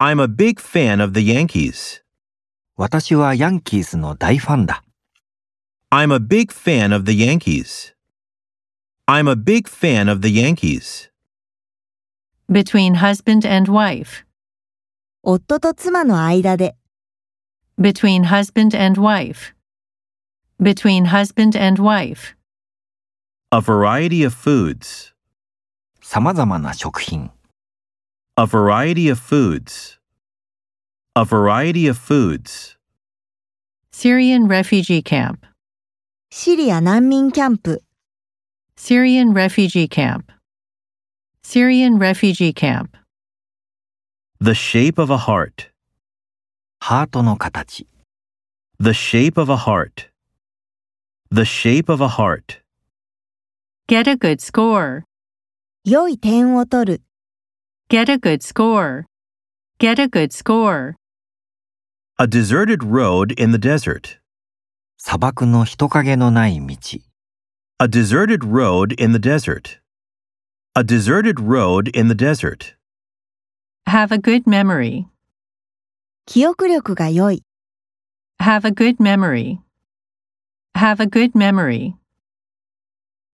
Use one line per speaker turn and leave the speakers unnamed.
I'm a big fan of the Yankees.
私はヤンキースの大ファンだ。
I'm a big fan of the Yankees. I'm a big fan of the Yankees.
between husband and wife,
夫と妻の間で、
between husband and wife, between husband and wife,
A variety of foods.
様々な食品。
A variety of foods. A variety of foods.
Syrian refugee camp,
シリア難民キャンプ、
Syrian refugee camp, Syrian refugee camp,
The shape of a heart.
ハートの形。
The shape of a heart. The shape of a heart.
get a good score,
良い点を取る、
get a good score, get a good score,
A deserted road in the desert.
砂漠の人影のない道。
A deserted road in the desert. A deserted road in the desert.
have a good memory,
記憶力が良い。
have a good memory, have a good memory.